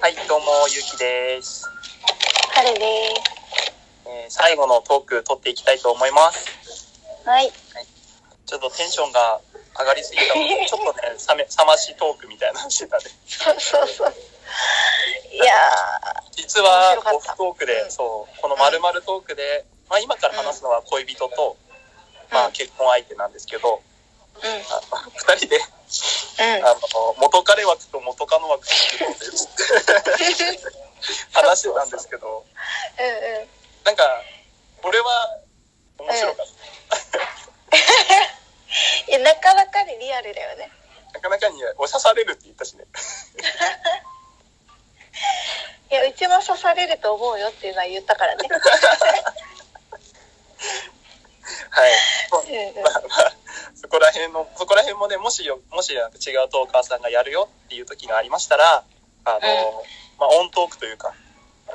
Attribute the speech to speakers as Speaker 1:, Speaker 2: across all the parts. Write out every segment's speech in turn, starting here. Speaker 1: はい、どうも、ゆうきです。
Speaker 2: 彼です。
Speaker 1: えー最後のトーク取っていきたいと思います。
Speaker 2: はい。
Speaker 1: ちょっとテンションが上がり すぎたので、ちょっとね、冷め、冷ましトークみたいなのしてたね。
Speaker 2: そうそうそう。いや
Speaker 1: 実は
Speaker 2: 面白か、
Speaker 1: オ
Speaker 2: った
Speaker 1: フトーク
Speaker 2: う
Speaker 1: で、
Speaker 2: ん
Speaker 1: そう、このまるまるトークで、まあ今から話すのは恋人と、
Speaker 2: うん
Speaker 1: まあ結婚相手なんですけど、
Speaker 2: ー、うん。
Speaker 1: あの二人で、
Speaker 2: うん。
Speaker 1: あの、元彼枠と元カノ枠っていうことでつって 話してたんですけど、
Speaker 2: うんうん。
Speaker 1: なんか、俺は面白かっ
Speaker 2: いや、なかなかにリアルだよね。
Speaker 1: た。なかなかに、お刺されるって言ったしね。
Speaker 2: いや、うちも刺されると思うよっていうのは言ったからね。
Speaker 1: はい。
Speaker 2: うんうん。
Speaker 1: まあまあ、 そこら辺の、そこら辺もね、もしよ、もしなんか違うトーカーさんがやるよっていう時がありましたら、あの、
Speaker 2: ん
Speaker 1: まあ、オントークというか、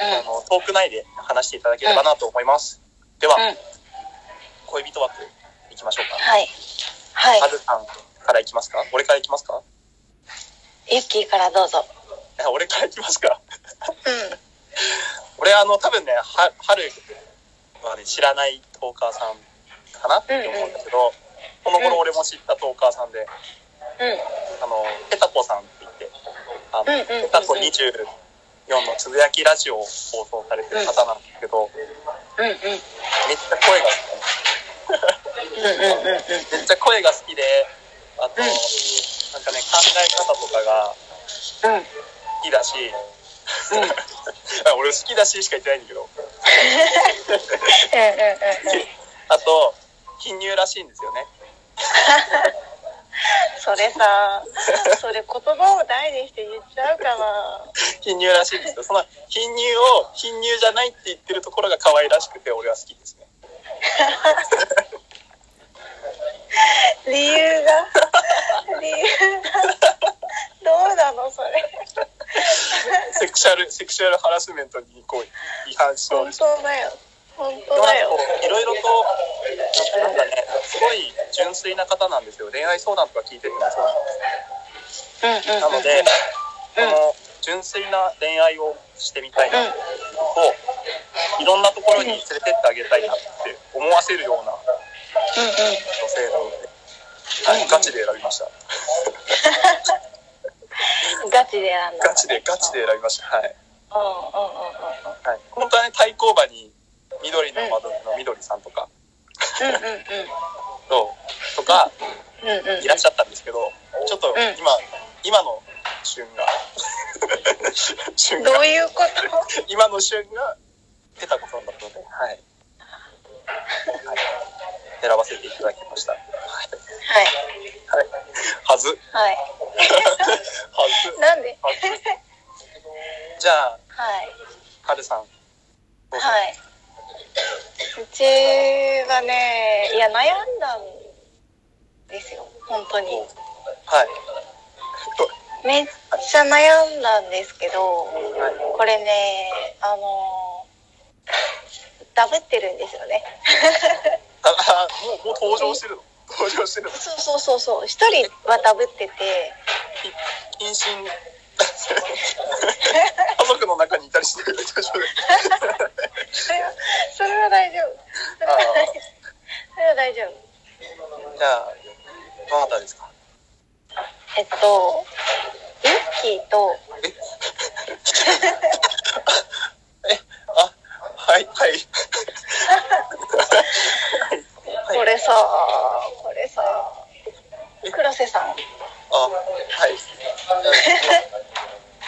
Speaker 1: あの、トーク内で話していただければなと思います。では、
Speaker 2: うん
Speaker 1: 恋人枠いきましょうか。
Speaker 2: はい。はい
Speaker 1: は。るさんからいきますか俺からいきますか
Speaker 2: ユッキーからどうぞ。
Speaker 1: あ俺からいきますか
Speaker 2: うん。
Speaker 1: 俺、あの、多分ね、は、はるはね、知らないトーカーさんかなって思うんだけど、この頃俺も知ったトーカーさんで、
Speaker 2: うん。
Speaker 1: あの、ペタコさんって言って、あの、
Speaker 2: うんうんうんうん
Speaker 1: ペタコ24のつぶやきラジオを放送されてる方なんですけど、
Speaker 2: うんうん。
Speaker 1: めっちゃ声が
Speaker 2: うんうんうんうん。
Speaker 1: 好き。めっちゃ声が好きで、あと、
Speaker 2: うん
Speaker 1: なんかね、考え方とかが
Speaker 2: うん。
Speaker 1: 好きだし、 俺好きだししか言ってないんだけど、
Speaker 2: うんうんうん。
Speaker 1: あと、貧乳らしいんですよね。
Speaker 2: それさ、それ言葉を大にして言っちゃうかな。
Speaker 1: 貧乳らしいんですよ。その貧乳を貧乳じゃないって言ってるところが可愛らしくて俺は好きですね。
Speaker 2: 理由が理由がどうなのそれ
Speaker 1: セクシャル、セクシャルハラスメントにこう違反しそう
Speaker 2: 本
Speaker 1: です。
Speaker 2: 当だよ本当
Speaker 1: でもな
Speaker 2: だ
Speaker 1: んか
Speaker 2: よ
Speaker 1: こういろいろと、なんかね、すごい純粋な方なんですよ。恋愛相談とか聞いててもそうなんです
Speaker 2: うんうん
Speaker 1: なので、こ
Speaker 2: うん
Speaker 1: の純粋な恋愛をしてみたいなと、いろんなところに連れてってあげたいなって思わせるような女性なので、はいガチで選びました。
Speaker 2: うんうんガチでやんだ
Speaker 1: ガチで、ガチで選びました。はい。
Speaker 2: うんうんう
Speaker 1: はい、本当はね、対抗馬に、緑の窓の緑さんとか、
Speaker 2: んうんうん
Speaker 1: そうとか、
Speaker 2: うんうんうんうん
Speaker 1: いらっしゃったんですけど、ちょっと今、
Speaker 2: うん
Speaker 1: 今の旬が、 旬
Speaker 2: ど
Speaker 1: が、
Speaker 2: ういうこと
Speaker 1: 今の旬が、ペタコさんだったので、はい。はい、選ばせていただきました。はい。
Speaker 2: はい
Speaker 1: はいはず。は
Speaker 2: はい
Speaker 1: ず。
Speaker 2: なんで
Speaker 1: はず。じゃあ、
Speaker 2: はい
Speaker 1: カルさん。どうぞ
Speaker 2: はい。うちはね、いや、悩んだんですよ、本当に。
Speaker 1: はい。
Speaker 2: めっちゃ悩んだんですけど、
Speaker 1: はい。
Speaker 2: これね、あのー、ダブってるんですよ ね。
Speaker 1: ああ、もう、もう登場してるの。登場してるの。
Speaker 2: そうそうそうそう、一人はダブってて、
Speaker 1: 謹慎。家族の中にいたりしてる。大丈夫です
Speaker 2: それは、それは大丈夫。それは大丈夫。それは大丈夫。
Speaker 1: じゃあ、どなたですか
Speaker 2: えっと、ユッキーと、
Speaker 1: あ、はい、はい。はい、
Speaker 2: これさ、これさ、黒瀬さん。
Speaker 1: あ、はい。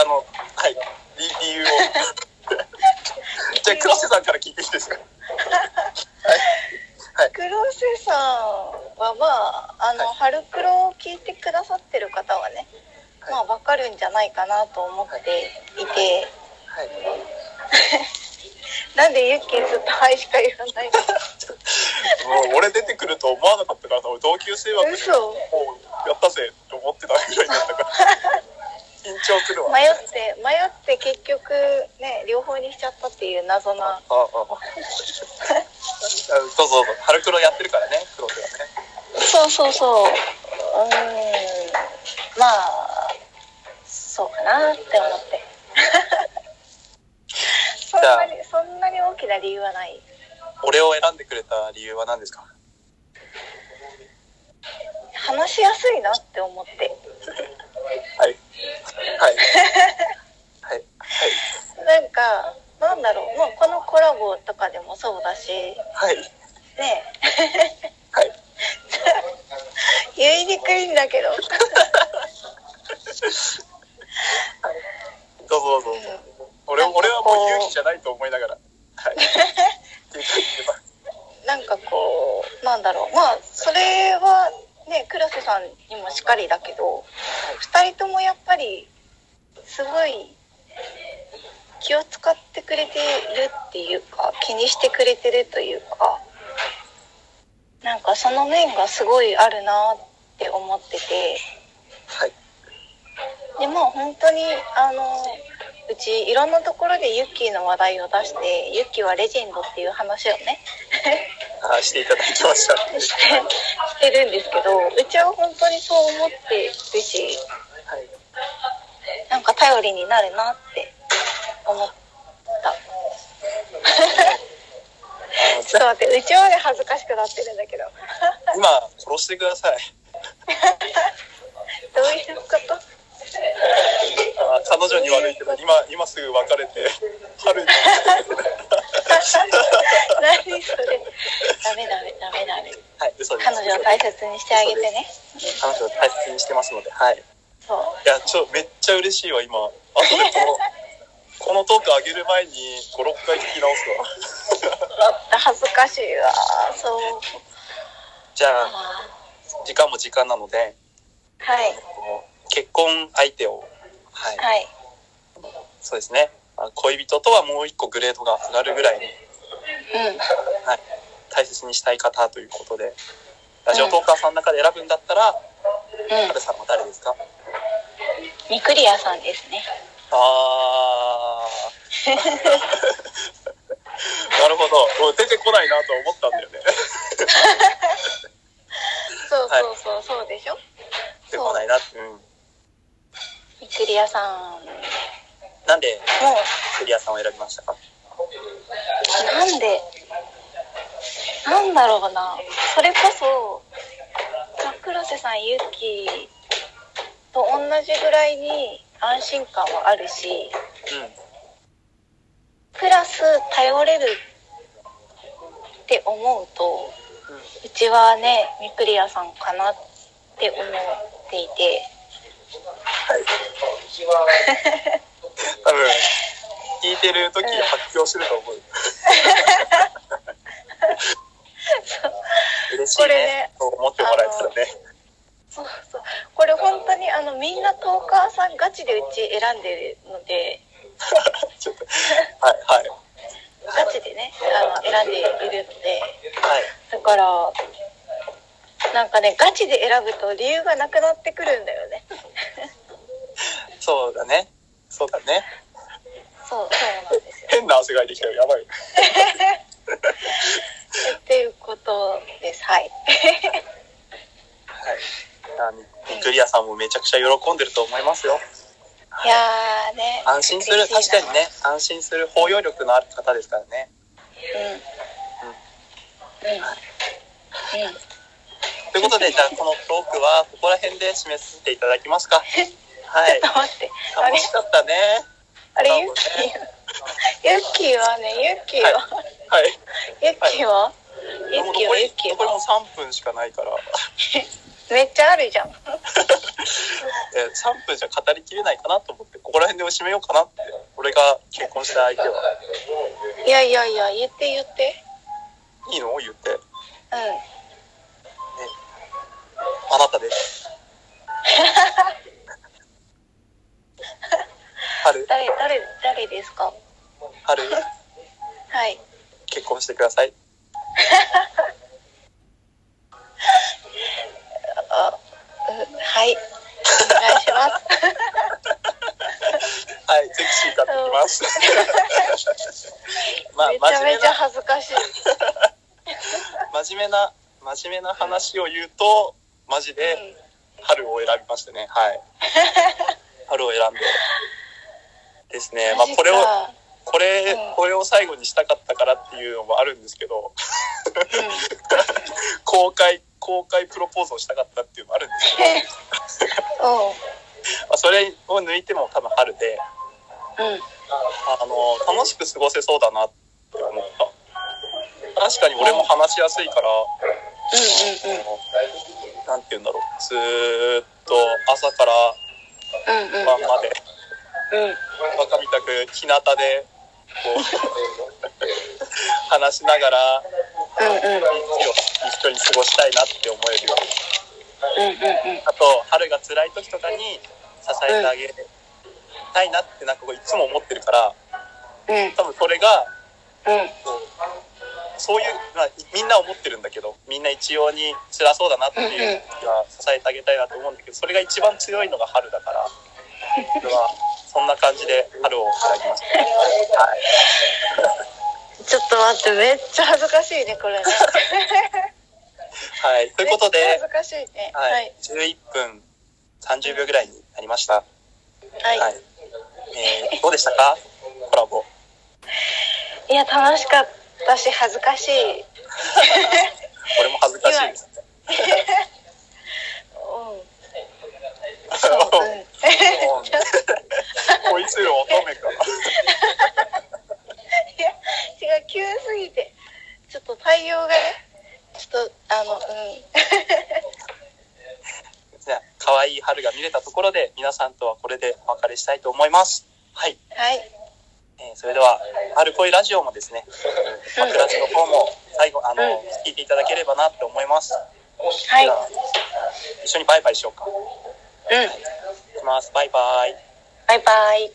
Speaker 1: あの、はい。理理由を。じゃあ、黒瀬さんから聞いていいですか
Speaker 2: 黒瀬さんはまああの、
Speaker 1: はい
Speaker 2: 春黒を聞いてくださってる方はね、
Speaker 1: はい
Speaker 2: まあわかるんじゃないかなと思っていて、
Speaker 1: はい。
Speaker 2: なんでユッキーずっと「はい」しか言わない
Speaker 1: もう、俺出てくると思わなかったからさ、俺同級生枠
Speaker 2: の
Speaker 1: に
Speaker 2: 嘘
Speaker 1: もう、やったぜと思ってたぐらいだったから。緊張す るわ。
Speaker 2: 迷って迷って結局ね両方にしちゃったっていう謎
Speaker 1: あ
Speaker 2: な
Speaker 1: あああどうぞどうぞ春黒やってるからね黒瀬はね
Speaker 2: そうそうそううーんまあそうかなって思って んなに、そんなに大きな理由はない。
Speaker 1: 俺を選んでくれた理由は何ですか
Speaker 2: 話しやすいなって思って。
Speaker 1: はい。はい。はい。
Speaker 2: なんか、なんだろう、もうこのコラボとかでもそうだし、ね
Speaker 1: はい。はい。
Speaker 2: え、 言いにくいんだけど。
Speaker 1: どうぞどうぞどうぞ。俺俺はもう勇気じゃないと思いながら。はい。
Speaker 2: なんかこう、なんだろう、まあ、それはね、黒瀬さんにもしっかりだけど、二人ともやっぱり、すごい、気を使ってくれてるっていうか、気にしてくれてるというか、なんかその面がすごいあるなって思ってて、
Speaker 1: はい。
Speaker 2: でも本当にあのうちいろんなところでユッキーの話題を出してユッキーはレジェンドっていう話をね
Speaker 1: あーしていただきました。はい。
Speaker 2: してしてるんですけどうちは本当にそう思ってるしなんか頼りになるなって思った
Speaker 1: あの
Speaker 2: ちょっと待ってうちはね恥ずかしくなってるんだけど
Speaker 1: 今殺してください。
Speaker 2: どういうこと
Speaker 1: あー彼女に悪いけど今今すぐ別れて春に。
Speaker 2: 何それダメダメダメダメ
Speaker 1: はい。嘘です。
Speaker 2: 彼女を大切にしてあげてね
Speaker 1: 彼女を大切にしてますので。はい。
Speaker 2: そう
Speaker 1: いや、ちょ、めっちゃ嬉しいわ、今。あとでこの、このトーク上げる前に、5、6回聞き直すわ。
Speaker 2: 恥ずかしいわそう
Speaker 1: じゃあ、
Speaker 2: か
Speaker 1: 時間も時間なので、
Speaker 2: はい
Speaker 1: こう結婚相手を、はい、
Speaker 2: はい
Speaker 1: そうですね。あ恋人とはもう一個グレードが上がるぐらいに、
Speaker 2: うん
Speaker 1: はい、大切にしたい方ということで、ラジオトーカーさんの中で選ぶんだったら、
Speaker 2: うん
Speaker 1: ハルさんは誰ですか
Speaker 2: ミクリアさんですね
Speaker 1: あー。なるほど。もう出てこないなと思ったんだよね。
Speaker 2: そうそうそうそうでしょ、
Speaker 1: 出てこないなって。うん
Speaker 2: ミクリアさんも
Speaker 1: なんでクリアさんを選びましたか
Speaker 2: うなんでなんだろうなそれこそ黒瀬さんユッキーと同じぐらいに安心感はあるし
Speaker 1: うん。
Speaker 2: プラス頼れるって思うとうちはねミクリアさんかなって思っていて
Speaker 1: 多分、聞いてる時発狂してると 思う。嬉しい
Speaker 2: これ
Speaker 1: ね
Speaker 2: ね。
Speaker 1: と思ってもらえたらね。
Speaker 2: そうそうこれ本当にあのみんなトーカーさんガチでうち選んでるので
Speaker 1: ちょっと。はい、はい。
Speaker 2: ガチでねあの選んでいるので
Speaker 1: はい。
Speaker 2: だからなんかねガチで選ぶと理由がなくなってくるんだよね
Speaker 1: そうだね。そうだね。
Speaker 2: そうそうなんですよ
Speaker 1: 変な汗がいてきたよ。やばい。
Speaker 2: っていうことです はい
Speaker 1: はい。あみクリアさんもめちゃくちゃ喜んでると思いますよ。
Speaker 2: いやーね
Speaker 1: 安心する、
Speaker 2: 嬉
Speaker 1: 確
Speaker 2: しい
Speaker 1: か
Speaker 2: な
Speaker 1: にね、安心する包容力のある方ですからね。
Speaker 2: うんうん、うん
Speaker 1: ということ で、じゃあこのトークはここら辺で締めさせていただきますか。はい。
Speaker 2: ちょっと待ってあれ
Speaker 1: 楽しかったね。
Speaker 2: あれユッキーユッキーはねユッキーは、
Speaker 1: はい。
Speaker 2: ユッキーはユ
Speaker 1: もう
Speaker 2: ッキー
Speaker 1: 残
Speaker 2: は
Speaker 1: り
Speaker 2: ユッキー
Speaker 1: 残りも
Speaker 2: は
Speaker 1: う3分しかないから、
Speaker 2: めっちゃあるじゃん
Speaker 1: え3分じゃ語りきれないかなと思って、ここら辺で締めようかなって、俺が結婚した相手は。
Speaker 2: いやいやいや、言って言って。
Speaker 1: いいの言って。
Speaker 2: うん。
Speaker 1: あなた です。春、
Speaker 2: 誰、誰、誰ですか
Speaker 1: 春、
Speaker 2: はい。
Speaker 1: 結婚してください。
Speaker 2: あ、うん、はい。お願いします。
Speaker 1: はい、ゼクシー買ってきます。まあ、
Speaker 2: めちゃ
Speaker 1: 真面
Speaker 2: め
Speaker 1: 目
Speaker 2: ちゃ
Speaker 1: な、
Speaker 2: 恥ずかしい。
Speaker 1: 真面目な、真面目な話を言うと、マジで、春を選びましたね。 はい。春を選んで。ですね。まあ、これを、
Speaker 2: マジか
Speaker 1: ここれ、これを最後にしたかったからっていうのもあるんですけど、公開、公開プロポーズをしたかったっていうのもあるんですけど、まあそれを抜いても多分春で、
Speaker 2: うん。うん。
Speaker 1: あの、楽しく過ごせそうだなって思った。確かに俺も話しやすいから、
Speaker 2: うん。うん。
Speaker 1: なんて言うんだろう。ずーっと朝から
Speaker 2: うんうん
Speaker 1: 晩まで、
Speaker 2: うん
Speaker 1: バカみたく日向で、こう、話しながら、
Speaker 2: うんう
Speaker 1: 日を
Speaker 2: ん
Speaker 1: 一緒に過ごしたいなって思えるように。
Speaker 2: うんうん
Speaker 1: あと、春が辛い時とかに支えてあげたいなってなんかこういつも思ってるから、
Speaker 2: うん
Speaker 1: 多分それが、
Speaker 2: うん
Speaker 1: そういう、まあ、みんな思ってるんだけど、みんな一様に辛そうだなっていう時は支えてあげたいなと思うんだけど、それが一番強いのが春だ から、僕はそんな感じで春を選びました。はい。
Speaker 2: ちょっと待ってめっちゃ恥ずかしいねこれね
Speaker 1: はい、ということで、
Speaker 2: めっちゃ恥ずかしいね
Speaker 1: は
Speaker 2: はいい、
Speaker 1: 11分30秒ぐらいになりました。
Speaker 2: はい、
Speaker 1: はい
Speaker 2: い、。
Speaker 1: えー、どうでしたかコラボ。
Speaker 2: や楽しかったし恥ずかしい
Speaker 1: 俺も恥ずかしいです。
Speaker 2: う
Speaker 1: お
Speaker 2: ん、うん
Speaker 1: ー、 こいつよ、乙女か。
Speaker 2: いや違う急すぎてちょっと対応がねちょっとあのうん
Speaker 1: じゃあ、可愛い春が見れたところで、皆さんとはこれでお別れしたいと思います。はい。
Speaker 2: はい
Speaker 1: えーそれでは、春恋ラジオもですね、桜地の方も最後、あの、
Speaker 2: うん
Speaker 1: 聞いていただければなって思います。
Speaker 2: はい
Speaker 1: じゃあ一緒にバイバイしようか。
Speaker 2: うん
Speaker 1: いきます。バイバイ。
Speaker 2: バイバイ